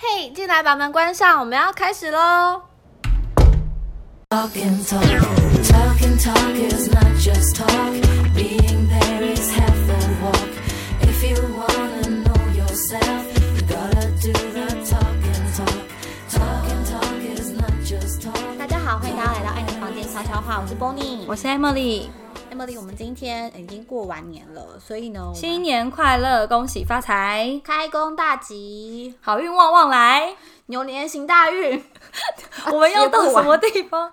哎进来，把门关上，我们要开始喽。 Talking, talk, talking, talk is not just talk. Being there is half the walk. If you wanna know yourself, you gotta do the talking, talk. Talking, talk is not just talk. 大家好，欢迎大家来到爱你房间悄悄话，我是 Bonnie，我是 Emily， Emily。我们今天呃已经过完年了，所以呢，我们新年快乐，恭喜发财，开工大吉，好运旺旺来！牛年行大运。 啊我们要到什么地方？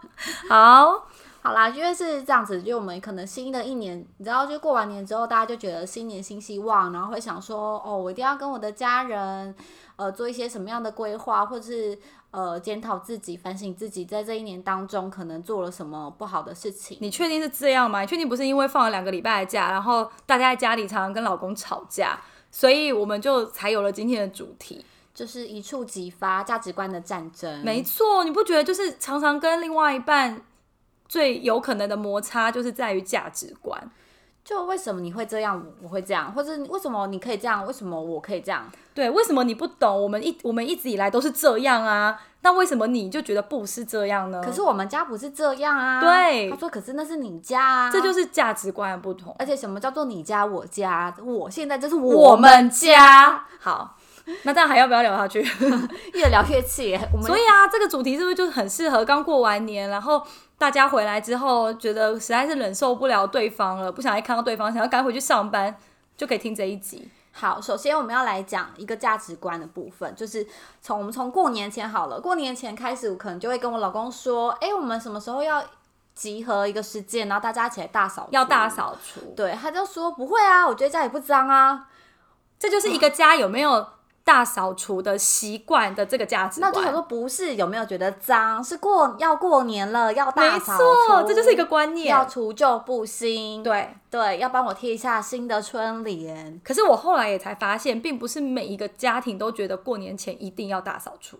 好，好啦，因为是这样子，就我们可能新的一年，你知道，就过完年之后，大家就觉得新年新希望，然后会想说，哦，我一定要跟我的家人，呃，做一些什么样的规划，或是呃，检讨自己，反省自己在这一年当中可能做了什么不好的事情。你确定是这样吗？你确定不是因为放了两个礼拜的假，然后大家在家里常常跟老公吵架，所以我们就才有了今天的主题？就是一触即发价值观的战争，没错，你不觉得就是常常跟另外一半最有可能的摩擦，就是在于价值观？就为什么你会这样，我我会这样，或者你为什么你可以这样，为什么我可以这样？对，为什么你不懂？我们一我们一直以来都是这样啊，那为什么你就觉得不是这样呢？可是我们家不是这样啊。嗯对他说，可是那是你家啊，这就是价值观的不同。而且什么叫做你家我家？我现在就是我我们，们家。好，那这样还要不要聊下去？越聊越气耶。我 们所以啊，这个主题是不是就很适合刚过完年，然后大家回来之后觉得实在是忍受不了对方了，不想再看到对方，想要赶快回去上班，就可以听这一集。好，首先我们要来讲一个价值观的部分，就是从我们从过年前好了，过年前开始，我可能就会跟我老公说，哎、我们什么时候要集合一个时间，然后大家一起来大扫，要大。扫除，对，他就说不会啊，我觉得家里不脏啊，这就是一个家有没有大扫除的习惯的这个价值那观。我就想说不是有没有觉得脏，是过要过年了要大没扫错，除，这就是一个观念要。除旧布新，对，对，要帮我贴一下新的春联。可是我后来也才发现，并不是每一个家庭都觉得过年前一定要大扫除。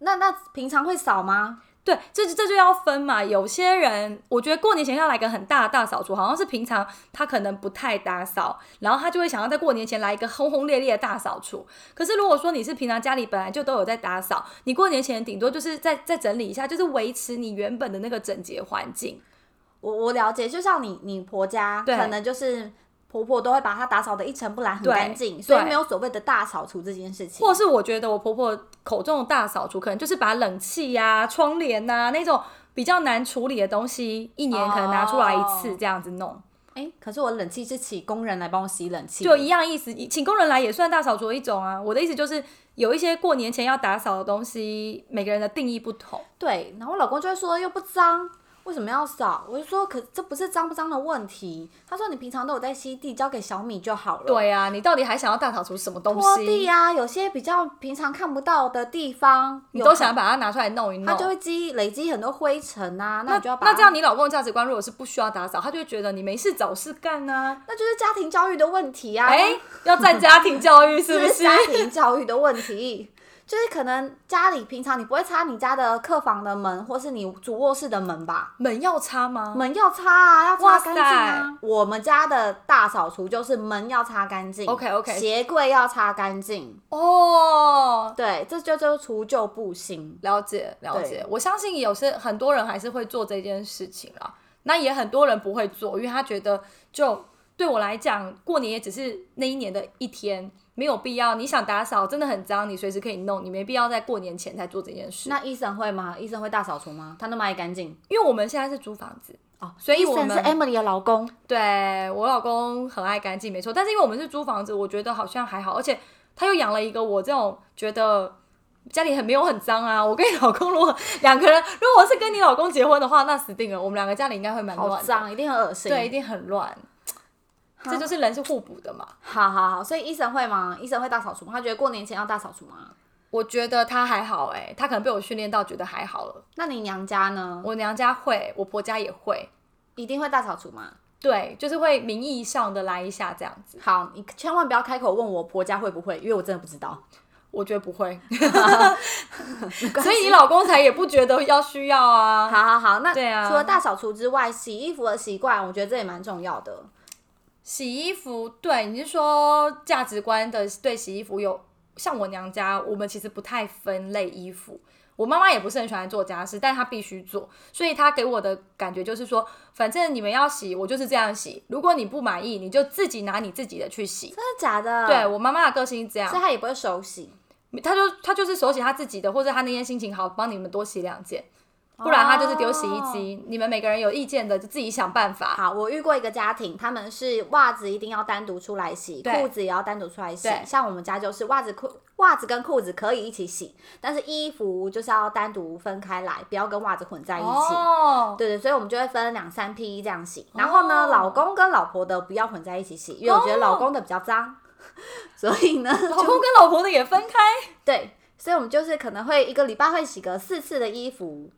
那那平常会扫吗？对，这这就要分嘛。有些人，我觉得过年前要来个很大的大扫除，好像是平常他可能不太打扫，然后他就会想要在过年前来一个轰轰烈烈的大扫除。可是如果说你是平常家里本来就都有在打扫，你过年前顶多就是再再整理一下，就是维持你原本的那个整洁环境。我我了解，就像你你婆家，对可能就是婆婆都会把它打扫的一尘不染，很对干净，所以对没有所谓的大扫除这件事情或。是我觉得我婆婆口中的大扫除，可能就是把冷气呀、窗帘呐、啊那种比较难处理的东西，一年可能拿出来一哦次这样子弄。哎、可是我冷气是请工人来帮我洗冷气，就一样意思，请工人来也算大扫除的一种啊。我的意思就是，有一些过年前要打扫的东西，每个人的定义不同。对。然后我老公就会说又不脏，为什么要扫？我就说可这不是脏不脏的问题。他说你平常都有在吸地，交给小米就好了。。对啊，你到底还想要大扫除什么东拖地西？啊，有些比较平常看不到的地方，你有都可想把它拿出来弄一弄。它就会积累积很多灰尘啊，那那你就要把那这样，它，你老公的价值观如果是不需要打扫，他就会觉得你没事找事干啊。那就是家庭教育的问题啊，哎、要站家庭教育是这不 是啊是？家庭教育的问题。就是可能家里平常你不会擦你家的客房的门，或是你主卧室的门吧？门要擦吗？门要擦啊，要擦嗯哇干净啊。我们家的大扫除就是门要擦干净 OK，OK 鞋柜要擦干净，哦，对，这就叫做除旧布新。了解了对解，我相信有些很多人还是会做这件事情啦。那也很多人不会做，因为他觉得就对我来讲，过年也只是那一年的一天，没有必要。你想打扫真的很脏，你随时可以弄，你没必要在过年前才做这件事。那医生会吗？医生会大扫除吗？他那么爱干净因为我们现在是租房子，哦，所以医我生是们 Emily 的老公，对我老公很爱干净，没错。但是因为我们是租房子，我觉得好像还好，而且他又养了一个我这种觉得家里很没有很脏啊。我跟你老公如果两个人，如果是跟你老公结婚的话，那死定了，我们两个家里应该会蛮好乱的，脏，啊一定很恶心。对，一定很乱。这就是人是互补的嘛。好好好，所以医生会吗？医生会大扫除吗？他觉得过年前要大扫除吗？我觉得他还好哎、他可能被我训练到觉得还好了。那你娘家呢？我娘家会，我婆家也会，一定会大扫除吗？对，就是会名义上的来一下这样子。好，你千万不要开口问我婆家会不会，因为我真的不知道。我觉得不 会，所以你老公才也不觉得要需要啊。好好好，那对啊除了大扫除之外，洗衣服的习惯，我觉得这也蛮重要的。洗衣服，对，你是说价值观的对洗衣服有像我娘家，我们其实不太分类衣服。我妈妈也不是很喜欢做家事，但她必须做，所以她给我的感觉就是说，反正你们要洗，我就是这样洗。如果你不满意，你就自己拿你自己的去洗。真的假的？对，我妈妈的个性是这样所，以他也不会手洗，她就她就是手洗她自己的，或者她那天心情好，帮你们多洗两件，不然她就是丢洗衣哦机。你们每个人有意见的就自己想办法。好，我遇过一个家庭，他们是袜子一定要单独出来洗，对裤子也要单独出来洗对。像我们家就是袜子裤。袜子跟裤子可以一起洗，但是衣服就是要单独分开来，不要跟袜子混在一起。哦，对对，所以我们就会分两三批这样洗。然后呢，哦老公跟老婆的不要混在一起洗，因为我觉得老公的比较脏， 所以呢，老公跟老婆的也分开。对，所以我们就是可能会一个礼拜会洗个四次的衣服，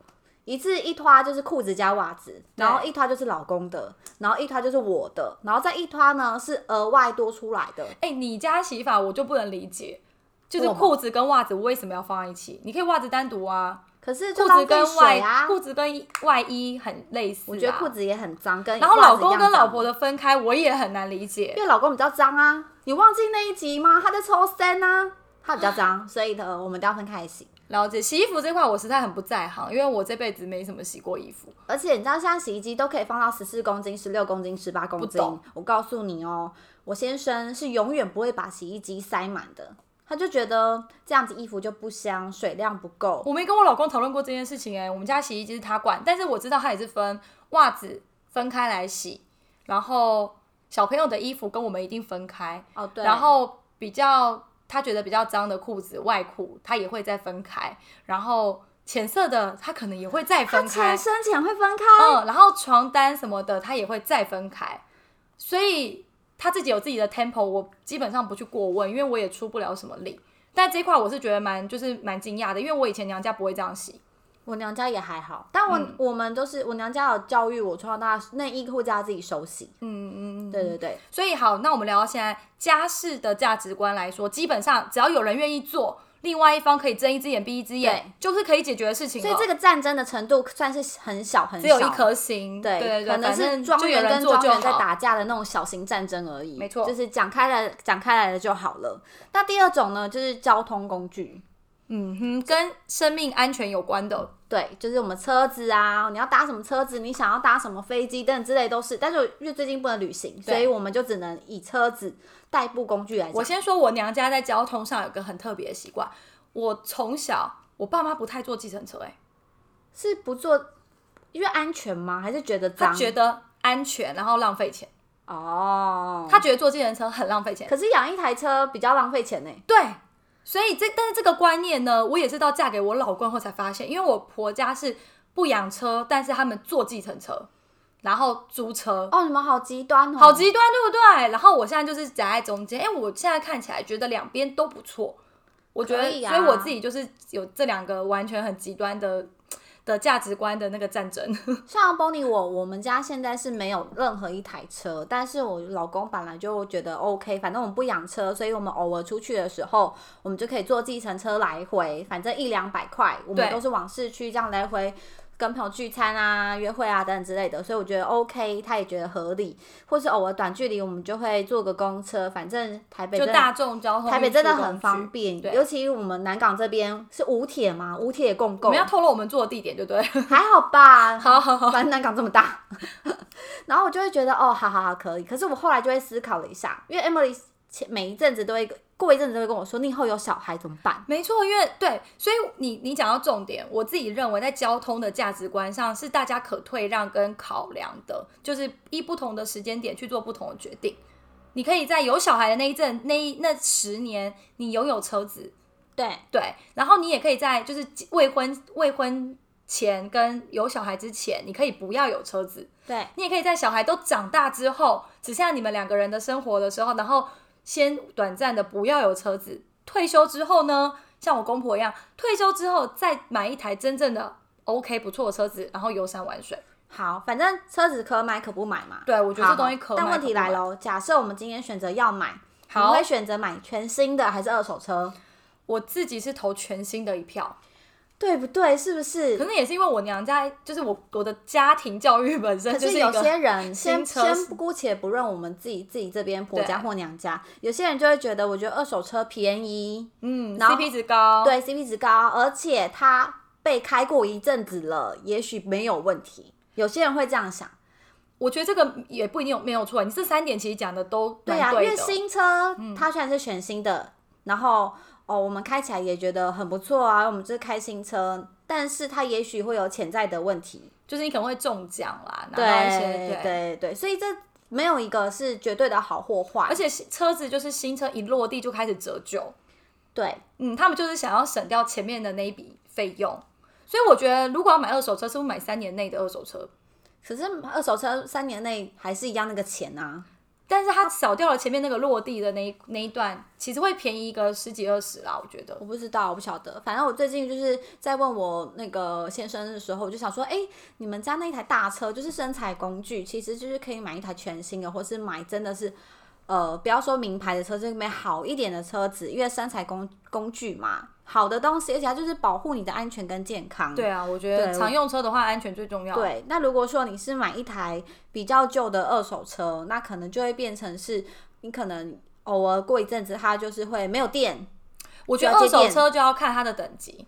一次一拖就是裤子加袜子，然后一拖就是老公的，然后一拖就是我的，然后再一拖呢是额外多出来的。哎、你家洗法我就不能理解，就是为什么裤子跟袜子为什么要放在一起？你可以袜子单独啊，可是就裤浪子费跟外水啊，裤子跟外衣很类似、啊，我觉得裤。子也很脏，跟然后袜老子一样公跟老脏婆。的分开，我也很难理解。因为老公比较脏啊，你忘记那一集吗？他在抽身啊，他比较脏，所以呢，我们都要分开洗。了解洗衣服这块，我实在很不在行，因为我这辈子没什么洗过衣服。而且你知道，现在洗衣机都可以放到十四公斤、十六公斤、十八公不斤懂。我告诉你哦，我先生是永远不会把洗衣机塞满的，他就觉得这样子衣服就不香，水量不够。我没跟我老公讨论过这件事情、哎，我们家洗衣机是他管，但是我知道他也是分袜子分开来洗，然后小朋友的衣服跟我们一定分开，哦，对，然后比较他觉得比较脏的裤子外裤，他也会再分开，然后浅色的他可能也会再他分开前，深浅会分开，嗯，然后床单什么的他也会再分开，所以他自己有自己的 tempo，我基本上不去过问，因为我也出不了什么力。但这一块我是觉得蛮就是蛮惊讶的，因为我以前娘家不会这样洗，我娘家也还好，但我、我们都是我娘家有教育我从小到大内衣裤家自己手洗。嗯嗯嗯，对对对，所以好，那我们聊到现在家事的价值观来说，基本上只要有人愿意做，另外一方可以睁一只眼闭一只眼对，就是可以解决的事情了。所以这个战争的程度算是很小很只小，有一颗心，对，对对，可能反是正庄就有园人跟做庄就园在好。打架的那种小型战争而已，没错就是讲开来讲开来了就好了。那第二种呢，就是交通工具，嗯哼，跟生命安全有关的，对，就是我们车子啊，你要搭什么车子，你想要搭什么飞机等等之类都是。但是我因为最近不能旅行，对所以我们就只能以车子代步工具来我讲。先说，我娘家在交通上有个很特别的习惯，我从小我爸妈不太坐计程车、欸，哎，是不坐，因为安全吗？还是觉得他脏？觉得安全，然后浪费钱，哦，他觉得坐计程车很浪费钱，可是养一台车比较浪费钱呢、对。所以这但是这个观念呢，我也是到嫁给我老公后才发现，因为我婆家是不养车，但是他们坐计程车，然后租车，哦，你们好极端哦，好极端，对不对？然后我现在就是夹在中间，哎、我现在看起来觉得两边都不错，我觉得，可以啊所以我自己就是有这两个完全很极端的的价值观的那个战争。像 Bonnie 我我们家现在是没有任何一台车，但是我老公本来就觉得 OK，反正我们不养车，所以我们偶尔出去的时候，我们就可以坐计程车来回，反正一两百块，我们对都是往市区这样来回。跟朋友聚餐啊、约会啊等等之类的，所以我觉得 OK，他也觉得合理。或是偶尔短距离，我们就会坐个公车，反正台北就真的大众交通，台北真的很方。便，对尤其我们南港这边是五铁嘛，五铁共我购，们要透露我们住的地点，对不 对？还好吧？好好好，反正南港这么大， 然后我就会觉得哦，好好好，可以。可是我后来就会思考了一下，因为 Emily 前每一阵子都会过一阵子都会跟我说，你以后有小孩怎么办？没错，因为对，所以你你讲到重点，我自己认为在交通的价值观上是大家可退让跟考量的，就是依不同的时间点去做不同的决定。你可以在有小孩的那一阵那一那十年，你拥有车子，对，对，然后你也可以在就是未婚未婚前跟有小孩之前，你可以不要有车子，对，你也可以在小孩都长大之后，只剩下你们两个人的生活的时候，然后先短暂的不要有车子。退休之后呢，像我公婆一样，退休之后再买一台真正的 OK 不错的车子，然后游山玩水。好，反正车子可买可不买嘛。对，我我觉得这东西可买但问可题不来买，喽，假设我们今天选择要买，你好会选择买全新的还是二手车？我自己是投全新的一票。对不对？是不是？可能也是因为我娘家，就是我我的家庭教育本身可就是是一有个些人先新车先姑且不论我们自己自己这边婆家对或娘家，有些人就会觉得，我觉得二手车便宜，嗯然后，CP 值高，，对 CP 值高，而且它被开过一阵子了，也许没有问题。有些人会这样想，我觉得这个也不一定有没有错。你这三点其实讲的都蛮对呀、啊因对为的嗯新车它虽然是全新的，然后哦，我们开起来也觉得很不错啊，我们这是开新车，但是它也许会有潜在的问题，就是你可能会中奖啦，拿到一些对对对，所以这没有一个是绝对的好或坏，而且新车子就是新车一落地就开始折旧，对。嗯，他们就是想要省掉前面的那一笔费用，所以我觉得如果要买二手车，是不是买三年内的二手车？可是二手车三年内还是一样那个钱啊，但是它少掉了前面那个落地的那一那一段，其实会便宜个十几二十啦，我觉得我。不知道，我不晓得。反正我最近就是在问我那个先生的时候，我就想说，哎、你们家那台大车就是生产工具，其实就是可以买一台全新的，或是买真的是。呃，不要说名牌的车，就买好一点的车子，因为生产工工具嘛，好的东西，而且它就是保护你的安全跟健康。对啊，我觉得对我常用车的话，安全最重要。，对，那如果说你是买一台比较旧的二手车，那可能就会变成是你可能偶尔过一阵子它就是会没有电，我觉得了解二手车就要看它的等级。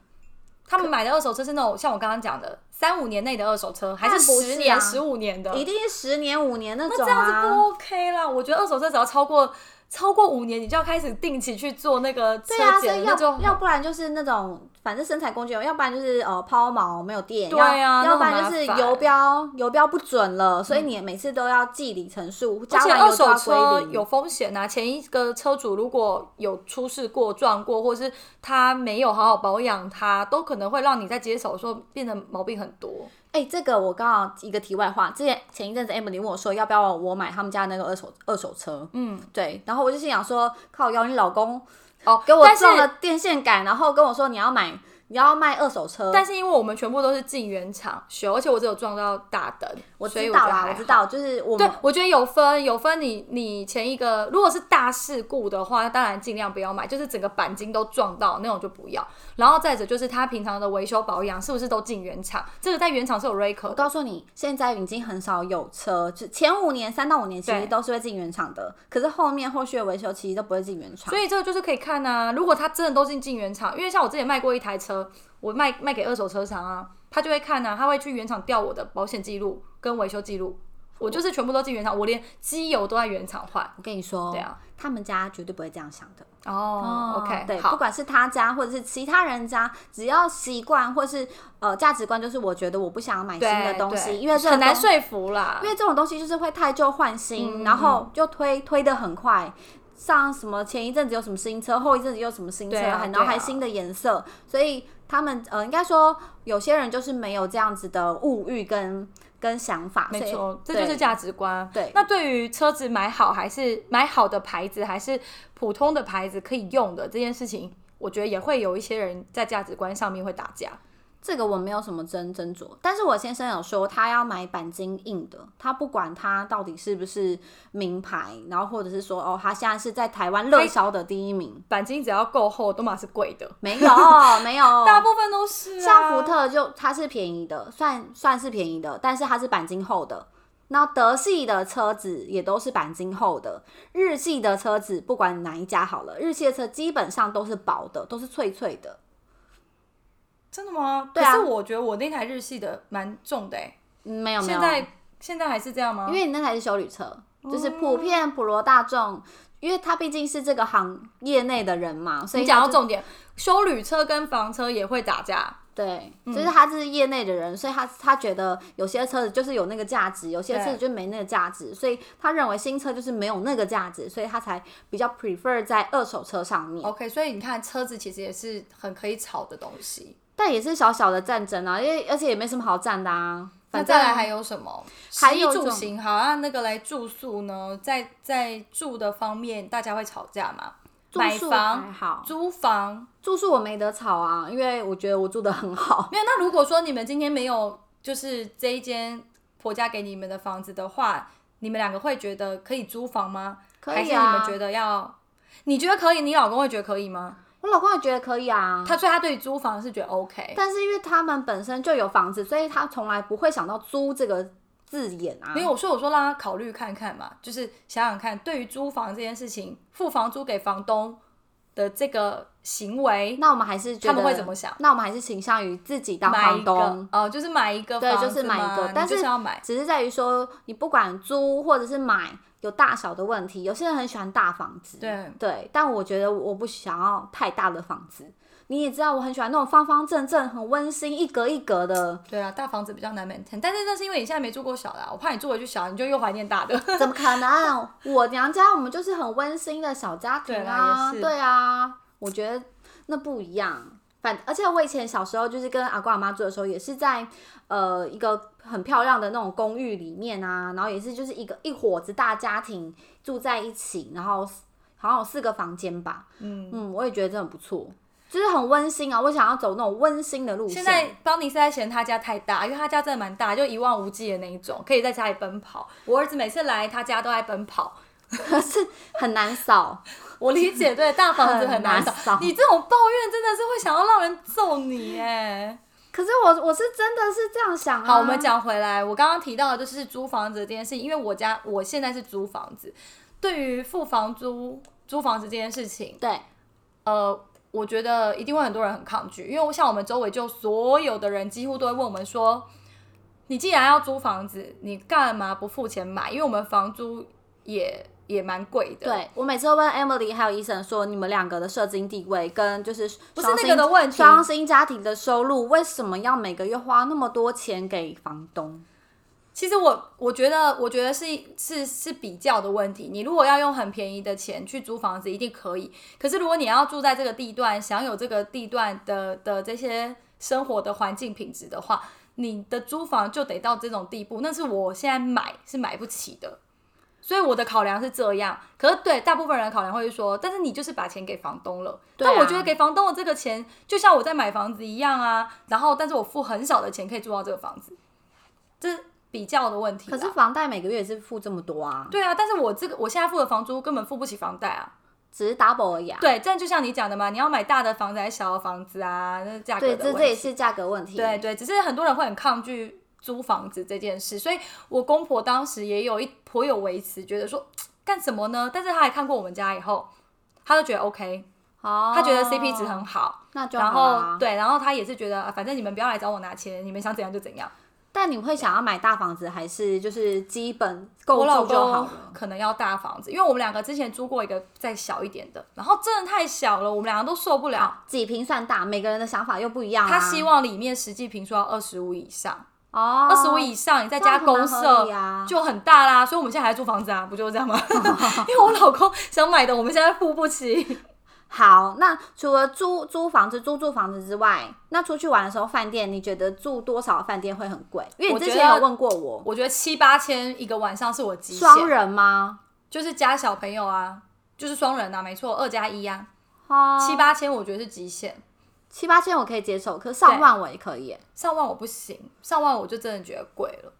他们买的二手车是那种像我刚刚讲的三五年内的二手车，还但不是十年、啊十五年的？一定是十年五年那那种这样子啊。不 OK 啦。我觉得二手车只要超过超过五年，你就要开始定期去做那个车对啊，所检，以那就要要不然就是那种反正生产工具有，要不然就是呃抛锚没有电，对啊要要不那很然就是麻烦嗯油标油标不准了，所以你每次都要记里程数，而加且完二油都手要归车零。有风险呐、前一个车主如果有出事过、撞过，或是他没有好好保养它，都可能会让你在接手的时候变得毛病很多。哎、这个我刚好一个题外话，之前前一阵子 Emily 问我说要不要我买他们家那个二手二手车，嗯，对，然后我就心想说，靠腰，你老公哦，给我但是撞了电线杆，然后跟我说你要买，你要卖二手车。但是因为我们全部都是进原厂修，而且我只有撞到大灯，我所以知我觉道得啦，还我好知。道，就是我对们，我觉得有分有分你，你前一个如果是大事故的话，当然尽量不要买，就是整个钣金都撞到那种就不要。然后再者就是他平常的维修保养是不是都进原厂？这个在原厂是有 r e c o 我告诉你，现在已经很少有车，就前五年三到五年其实对都是会进原厂的，可是后面后续的维修其实都不会进原厂所。以这个就是可以看啊，如果他真的都进进原厂，因为像我之前卖过一台车，我卖卖给二手车商啊，他就会看啊，他会去原厂调我的保险记录跟维修记录，我就是全部都进原厂，我连机油都在原厂换。我跟你说，对啊，他们家绝对不会这样想的。哦、o k 对，不好，管是他家或者是其他人家，只要习惯或是呃价值观，就是我觉得我不想要买新的对东对西，因为这个很难东说服啦因。为这种东西就是会太旧换嗯新，然后就推推的很快。上什么前一阵子有什么新车，后一阵子又什么新车，对啊还然对后啊还新的颜色，所以他们呃，应该说有些人就是没有这样子的物欲跟跟想法，没所以错，这对就是价值观。对那对于车子买好还是买好的牌子，还是普通的牌子可以用的这件事情，我觉得也会有一些人在价值观上面会打架。这个我没有什么斟斟酌，但是我先生有说他要买钣金硬的，他不管他到底是不是名牌，然后或者是说哦，他现在是在台湾热销的第一名，钣金只要够厚，都嘛是贵的，没有没有，大部分都是、啊。像福，特就它是便宜的，算算是便宜的，但是它是钣金厚的。那德系的车子也都是钣金厚的，日系的车子不管哪一家好了，日系的车基本上都是薄的，都是脆脆的。真的吗？对啊可是我觉得我那台日系的蛮重的、欸，嗯没有没有，现在现在还是这样吗？因为你那台是修旅车，就是普遍普罗大众，因为他毕竟是这个行业内的人嘛，所以你讲到他就重点，修旅车跟房车也会打架。对，嗯就是他是业内的人，所以他他觉得有些车子就是有那个价值，有些对车子就没那个价值，所以他认为新车就是没有那个价值，所以他才比较 prefer 在二手车上面。 OK，所以你看，车子其实也是很可以吵的东西。但也是小小的战争啊，因为而且也没什么好战的啊。那反正再来还有什么？还食衣有一住种行，好，那那个来住宿呢，在在住的方面，大家会吵架吗？住买宿还房、好，租房，住宿我没得吵啊，因为我觉得我住的很 好。没有，那如果说你们今天没有，就是这一间婆家给你们的房子的话，你们两个会觉得可以租房吗？可还是以你啊，们觉得要？你觉得可以？你老公会觉得可以吗？我老公也觉得可以啊，他所以他对于租房是觉得 OK，但是因为他们本身就有房子，所以他从来不会想到租这个字眼啊。没有，所以我说让他考虑看看嘛，就是想想看，对于租房这件事情，付房租给房东的这个行为，那我们还是觉得他们会怎么想那我们还是倾向于自己当买一个房东哦、。就是买一个对，房就子是买一嘛个你，但就是要买，只是在于说，你不管租或者是买，有大小的问题。有些人很喜欢大房子，对但我觉得我不想要太大的房子。你也知道，我很喜欢那种方方正正、很温馨、一格一格的，对啊，大房子比较难 maintain，但是那是因为你现在没住过小的啊、我怕你住回去小，你就又怀念大的。 嗯怎么可能？我娘家我们就是很温馨的小家庭对啦啊，也是对啊，我觉得那不一样。反而且我以前小时候就是跟阿公阿妈住的时候，也是在呃一个很漂亮的那种公寓里面啊，然后也是就是一个一伙子大家庭住在一起，然后好像有四个房间吧，嗯，嗯，我也觉得这很不错，就是很温馨啊。我想要走那种温馨的路线。现在邦尼是在嫌他家太大，因为他家真的蛮大，就一望无际的那一种，可以在家里奔跑。我儿子每次来他家都爱奔跑，可 是很难扫，我理解，对大房子很难很难扫找。你这种抱怨真的是会想要让人揍你哎。可是我我是真的是这样想啊。好，我们讲回来，我刚刚提到的就是租房子这件事情，因为我家我现在是租房子，对于付房租、租房子这件事情，对。呃，我觉得一定会很多人很抗拒，因为像我们周围就所有的人几乎都会问我们说，你既然要租房子，你干嘛不付钱买？因为我们房租也也蛮贵的，，对我每次都问 Emily 还有医生说，你们两个的社经地位跟就是不是那个的问题双薪家庭的收入为什么要每个月花那么多钱给房东？其实我我觉得，我觉得是是是比较的问题。你如果要用很便宜的钱去租房子，一定可以。可是如果你要住在这个地段，享有这个地段的的这些生活的环境品质的话，你的租房就得到这种地步。那是我现在买是买不起的，所以我的考量是这样。可是对大部分人的考量会说，但是你就是把钱给房东了。对啊但我觉得给房东的这个钱，就像我在买房子一样啊。然后，但是我付很少的钱可以住到这个房子，这是比较的问题啦。可是房贷每个月也是付这么多啊，对啊，但是我这个我现在付的房租根本付不起房贷啊。只是 double 而已啊。对，但就像你讲的嘛，你要买大的房子还是小的房子啊？那价格对，的这问这也题是价格问题。对对，只是很多人会很抗拒租房子这件事，所以我公婆当时也有一颇有微词，觉得说嘖干什么呢？但是他也看过我们家以后，他就觉得 OK，哦，他觉得 CP 值很好，那就然好啊后。对，然后他也是觉得、啊反正你们不要来找我拿钱，你们想怎样就怎样。但你会想要买大房子，还是就是基本够我老住就好公了？可能要大房子，因为我们两个之前租过一个再小一点的，然后真的太小了，我们两个都受不了。几平算大，每个人的想法又不一样、啊。他希望里面实际平数要二十五以上，哦，二十五以上，你再加公这样很合社理啊就很大啦。所以我们现在还在租房子啊，不就是这样 吗？因为我老公想买的，我们现在付不起。好，那除了租租房子、租住房子之外，那出去玩的时候，饭店你觉得住多少饭店会很贵？因为你我觉之得前有问过我，我觉得七八千一个晚上是我极双限，人吗？就是加小朋友啊，就是双人啊，没错，二加一啊，哦，七八千我觉得是极限，七八千我可以接受，可是上万我也可以耶。上万我不行，上万我就真的觉得贵了。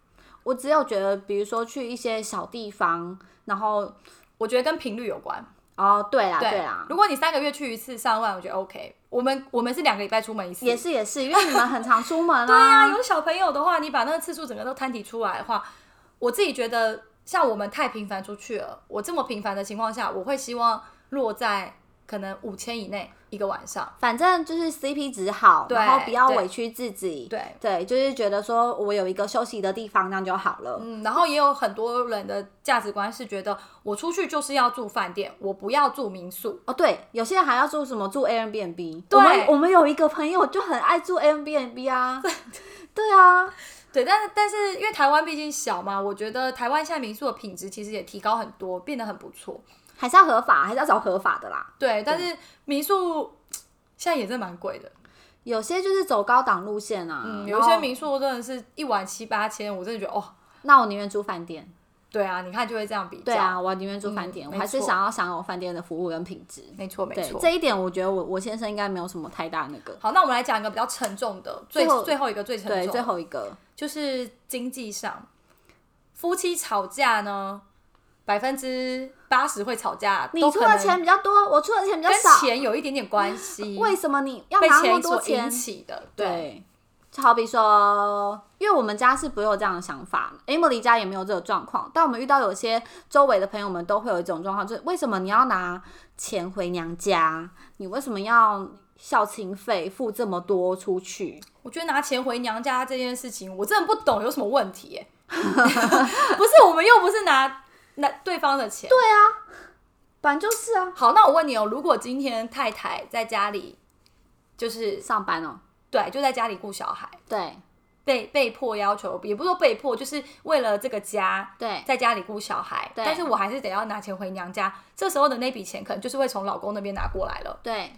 我只有觉得，比如说去一些小地方，然后我觉得跟频率有关。哦，对啦，对啦，如果你三个月去一次上万，我觉得 OK。我们我们是两个礼拜出门一次，也是也是，因为你们很常出 门对啊。啊。有小朋友的话，你把那个次数整个都摊提出来的话，我自己觉得像我们太频繁出去了。我这么频繁的情况下，我会希望落在可能五千以内一个晚上。反正就是 CP 值好，对然后不要对委屈自己，对对，就是觉得说我有一个休息的地方，那样就好了。嗯，然后也有很多人的价值观是觉得我出去就是要住饭店，我不要住民宿。哦，对，有些人还要住什么住 Airbnb，对我们我们有一个朋友就很爱住 Airbnb 啊， 对啊，对，但是但是因为台湾毕竟小嘛，我觉得台湾现在民宿的品质其实也提高很多，变得很不错。还是要合法，还是要找合法的啦。对，但是民宿现在也真的蛮贵的。有些就是走高档路线啊，嗯，然有一些后民宿真的是一晚七八千，我真的觉得哦，那我宁愿住饭店，对啊，你看就会这样比较。对啊，，我宁愿住饭店，嗯我还是没错想要享有饭店的服务跟品质。没错没对错这。一点，我觉得我我先生应该没有什么太大那个。好，那我们来讲一个比较沉重的，最最后最后一个最沉重对，的，最后一个就是经济上，夫妻吵架呢，百分之八十会吵架，你都出可能的钱比较多，我出的钱比较跟少，钱有一点点关系，为什么你要被拿那么钱多所钱引？起的，对。对，就好比说，因为我们家是不会有这样的想法，Emily 家也没有这个状况，但我们遇到有些周围的朋友们都会有一种状况，就是为什么你要拿钱回娘家？你为什么要孝亲费付这么多出去？我觉得拿钱回娘家这件事情，我真的不懂有什么问题、耶 不是，我们又不是拿拿对方的钱。对。反正就是啊，好，那我问你哦，如果今天太太在家里，就是上班哦，对，就在家里顾小孩，对被被迫要求，也不是说被迫，就是为了这个家，对在家里顾小孩，对但是我还是得要拿钱回娘家。这时候的那笔钱，可能就是会从老公那边拿过来了。对，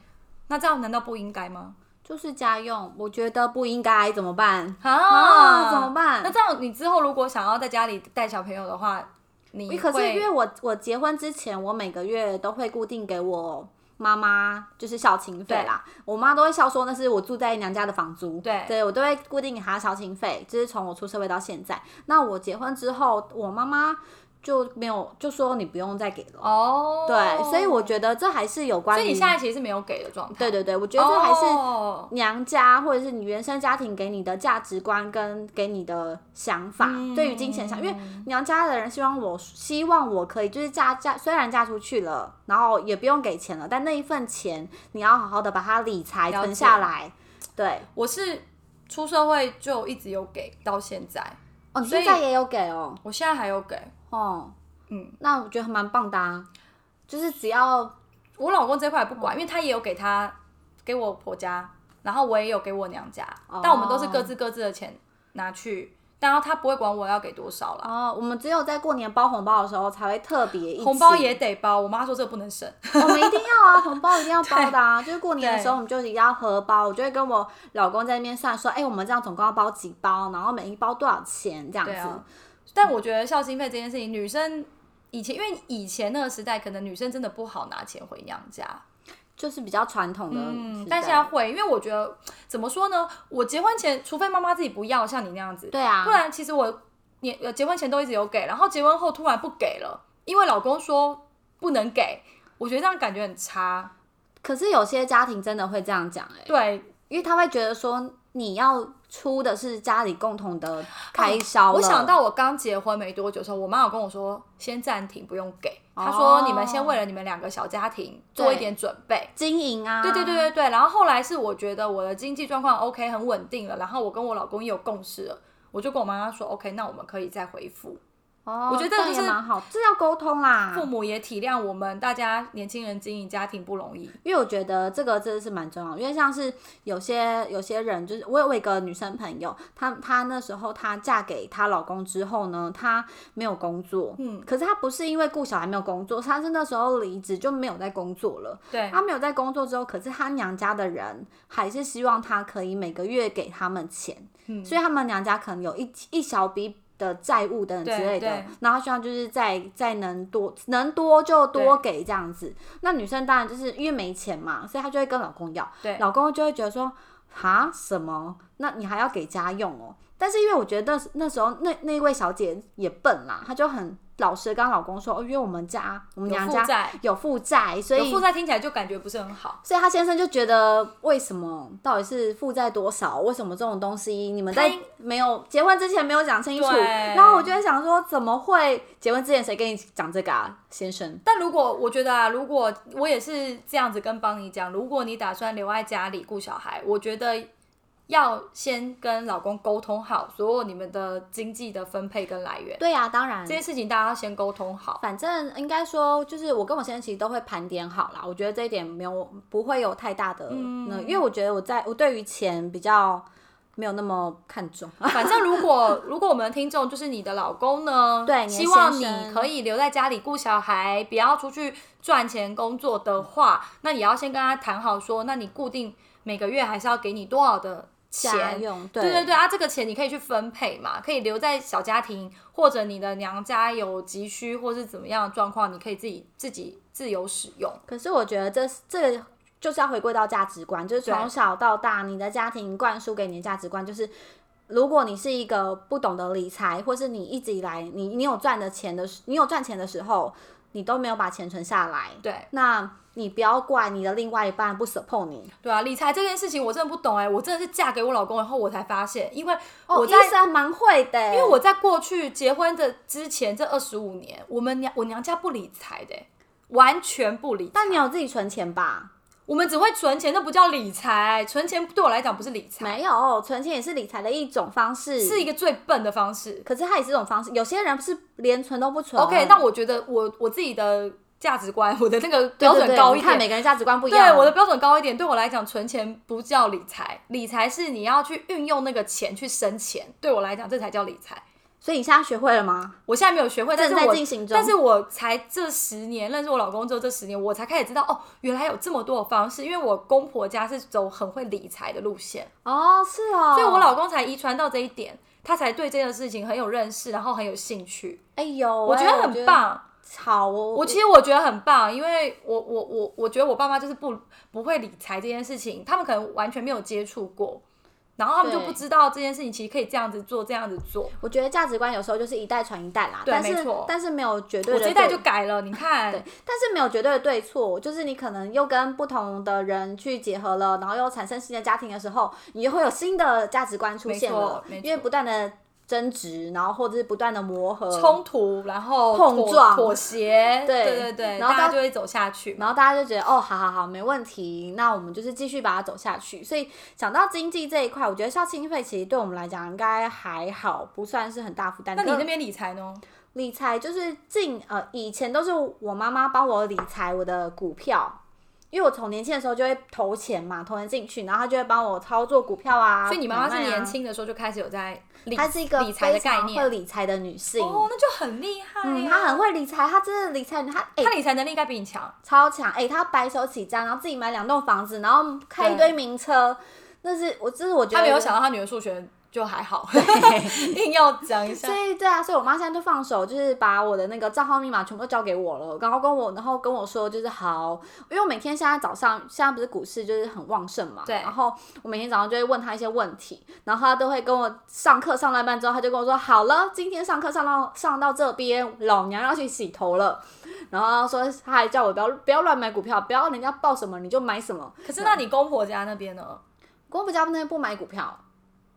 那这样难道不应该吗？就是家用，我觉得不应该，怎么办？啊，啊怎么办那这样你之后如果想要在家里带小朋友的话，你可是会因为我我结婚之前，我每个月都会固定给我妈妈就是孝亲费啦。我妈都会笑说那是我住在娘家的房租，对对我都会固定给她孝亲费，就是从我出社会到现在。那我结婚之后，我妈妈就没有就说你不用再给了。哦，对，所以我觉得这还是有关于。所以你现在其实是没有给的状态。对对对，我觉得这还是哦娘家或者是你原生家庭给你的价值观跟给你的想法，对于金钱想，因为娘家的人希望我希望我可以就是嫁嫁，虽然嫁出去了，然后也不用给钱了，但那一份钱你要好好的把它理财了解存下来。对，我是出社会就一直有给到现在，哦，你所以现在也有给哦，我现在还有给。哦，嗯，那我觉得还蛮棒的啊，就是只要我老公这块不哦管，因为他也有给他给我婆家，然后我也有给我娘家，哦但我们都是各自各自的钱拿去，然后他不会管我要给多少啦。哦，我们只有在过年包红包的时候才会特别一起红包也得包，我妈说这不能省。 我们一定要啊，红包一定要包的啊！就是过年的对时候，我们就一定要荷包。我就会跟我老公在那边算说，哎、我们这样总共要包几包，然后每一包多少钱这样对啊子。，但我觉得孝心费这件事情，女生以前因为以前那个时代，可能女生真的不好拿钱回娘家，就是比较传嗯统的嗯时代，但现在会，因为我觉得怎么说呢？我结婚前，除非妈妈自己不要，像你那样子，对啊不，然其实我年呃结婚前都一直有给，然后结婚后突然不给了，因为老公说不能给，我觉得这样感觉很差。可是有些家庭真的会这样讲、哎，对，因为他会觉得说你要出的是家里共同的开销、我想，到我刚结婚没多久的时候，我妈有跟我说先暂停，不用给。她说哦你们先为了你们两个小家庭做一对点准备。经营啊，对对对对对，然后后来是我觉得我的经济状况 OK 很稳定了，然后我跟我老公也有共识了，我就跟我妈妈说 OK，那我们可以再回复。哦，我觉得这样就是也蛮好，这要沟通啦。父母也体谅我们，大家年轻人经营家庭不容易。因为我觉得这个真的是蛮重要的，因为像是有些有些人，就是我有一个女生朋友，她她那时候她嫁给她老公之后呢，她没有工作，嗯可是她不是因为顾小孩没有工作，她是那时候离职就没有在工作了。对，她没有在工作之后，可是她娘家的人还是希望她可以每个月给他们钱，嗯所以他们娘家可能有一一小笔的债务等等之类对的对，然后希望就是再再能多能多就多对给这样子。那女生当然就是因为没钱嘛，所以她就会跟老公要，对老公就会觉得说哈什么？那你还要给家用哦？但是因为我觉得那那时候那那位小姐也笨啦，她就很老实地跟老公说，哦，因为我们家我们有娘负家债，有负债，所有以负债听起来就感觉不是很好。所以她先生就觉得，为什么到底是负债多少？为什么这种东西你们他在应没有结婚之前没有讲清楚？对然后我就在想说，怎么会结婚之前谁跟你讲这个啊，先生？但如果我觉得啊，如果我也是这样子跟邦尼讲，如果你打算留在家里顾小孩，我觉得要先跟老公沟通好所有你们的经济的分配跟来源，对呀、当然这。件事情大家要先沟通好。反正应该说，就是我跟我先生其实都会盘点好啦。我觉得这一点没有不会有太大的嗯那、因为我觉得我在我对于钱比较没有那么看重。 反正如果如果我们的听众就是你的老公呢， 对你的希望先你生可以留在家里顾小孩，不要出去赚钱工作的话，那也要先跟他谈好说，那你固定每个月还是要给你多少的家 钱，用对对对啊，这个钱你可以去分配嘛，可以留在小家庭，或者你的娘家有急需或是怎么样的状况，你可以自己自己自由使用。可是我觉得这这就是要回归到价值观，就是对从小到大，你的家庭灌输给你的价值观就是。如果你是一个不懂得理财，或是你一直以来你你有赚的钱的时，你有赚钱的时候，你都没有把钱存下来，对那你不要怪你的另外一半不 support 你。对啊，理财这件事情我真的不懂哎、我真的是嫁给我老公以后我才发现，因为哦，我医在、生蛮会的欸，因为我在过去结婚的之前这二十五年，我们娘我娘家不理财的欸、完全不理财。但你有自己存钱吧？我们只会存钱，那不叫理财。存钱对我来讲不是理财，没有，存钱也是理财的一种方式，是一个最笨的方式。可是它也是一种方式。有些人是连存都不存。 OK，但我觉得我我自己的价值观，我的那个标对准对对高一你点。看每个人价值观不一样。对我的标准高一点，对我来讲，存钱不叫理财，理财是你要去运用那个钱去生钱。对我来讲，这才叫理财。所以你现在学会了吗？我现在没有学会，但正是在我进行中但是我才这十年认识我老公之后，这十年我才开始知道哦，原来有这么多的方式。因为我公婆家是走很会理财的路线，哦，是哦。所以我老公才遗传到这一点，他才对这件事情很有认识，然后很有兴趣。哎呦，我觉哎得很。棒，好，我我其实我觉得很棒，因为我我我我觉得我爸妈就是不不会理财这件事情，他们可能完全没有接触过，然后他们就对不知道这件事情其实可以这样子做，这样子做。我觉得价值观有时候就是一代传一代啦，对但是没错但是没有绝对我的这一代对就改了，你看，对，但是没有绝对的对错，就是你可能又跟不同的人去结合了，然后又产生新的家庭的时候，你又会有新的价值观出现了，没错没错因为不断的争执，然后或者是不断的磨合冲突，然后碰妥撞妥协，对对对对，然后大家到就会走下去嘛。然后大家就觉得哦，好好好，没问题，那我们就是继续把它走下去。所以讲到经济这一块，我觉得校庆费其实对我们来讲应该还好，不算是很大负担。那你可那边理财呢？理财就是近呃，以前都是我妈妈帮我理财我的股票。因为我从年轻的时候就会投钱嘛，投钱进去，然后她就会帮我操作股票啊。所以你妈妈是买卖啊年，轻的时候就开始有在理，她是一个理财的概非常念会理财的女性。哦，那就很厉害、嗯，她很，会理财，她真的理财，她哎、她理财能力应该比你强。超强！哎、他白手起家，然后自己买两栋房子，然后开一对堆名车，那是我，这是我觉得她没有想到她女儿数学就还 好， 硬要讲一下所。以对啊，所以我妈现在就放手，就是把我的那个账号密码全部都交给我了，然后跟我，然后跟我说就是好，因为我每天现在早上，现在不是股市就是很旺盛嘛，对然后我每天早上就会问她一些问题，然后她都会跟我上课上到一半之后，她就跟我说好了，今天上课上到上到这边，老娘要去洗头了，然后说她还叫我不要不要乱买股票，不要人家报什么你就买什么，可是那你公婆家那边呢？公婆家那边不买股票，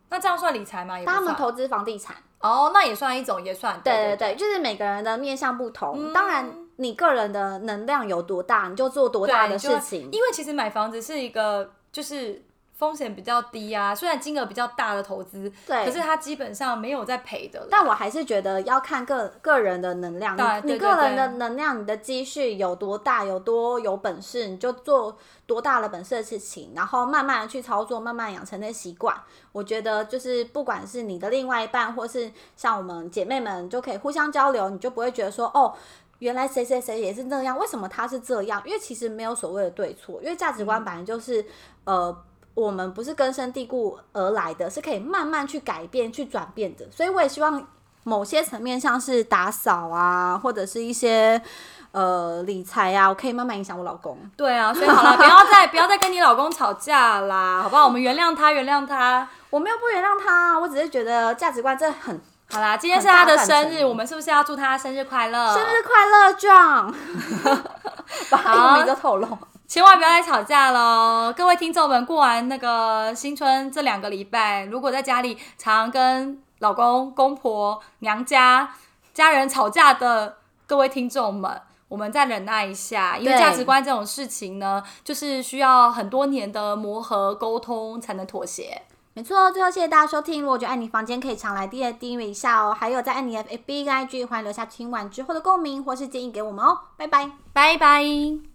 那这样算理财吗？也不但他们算投资房地产。哦，那也算一种，也算对对对对，就是每个人的面向不同，嗯当然你个人的能量有多大，你就做多对大的你就会事情。因为其实买房子是一个就是风险比较低啊，虽然金额比较大的投资，对可是它基本上没有在赔的啦。但我还是觉得要看个个人的能量，对你对对你个人对的能量，你的积蓄有多大，有多有本事，你就做多大的本事的事情，然后慢慢的去操作，慢慢养成那习惯。我觉得就是不管是你的另外一半，或是像我们姐妹们，就可以互相交流，你就不会觉得说哦。原来谁谁谁也是那样，为什么他是这样？因为其实没有所谓的对错，因为价值观嗯本来就是，呃，我们不是根深蒂固而来的，是可以慢慢去改变、去转变的。所以我也希望某些层面，像是打扫啊，或者是一些呃理财啊，我可以慢慢影响我老公。对 啊，所以好了，不要再不要再跟你老公吵架啦，好不好？我们原谅他，原谅他。我没有不原谅他，我只是觉得价值观真的很。好啦，今天是他的很大赞生成日，我们是不是要祝他生日快乐？生日快乐，John！把他英文都透露。千万不要再吵架喽！各位听众们，过完那个新春这两个礼拜，如果在家里常跟老公、公婆、娘家、家人吵架的各位听众们，我们再忍耐一下，因为对价值观这种事情呢，就是需要很多年的磨合、沟通才能妥协。没错，最后谢谢大家收听。如果觉得爱你房间，可以常来订阅订阅一下哦。还有在爱你的 FB 跟 IG，欢迎留下听完之后的共鸣或是建议给我们哦。拜拜。拜拜。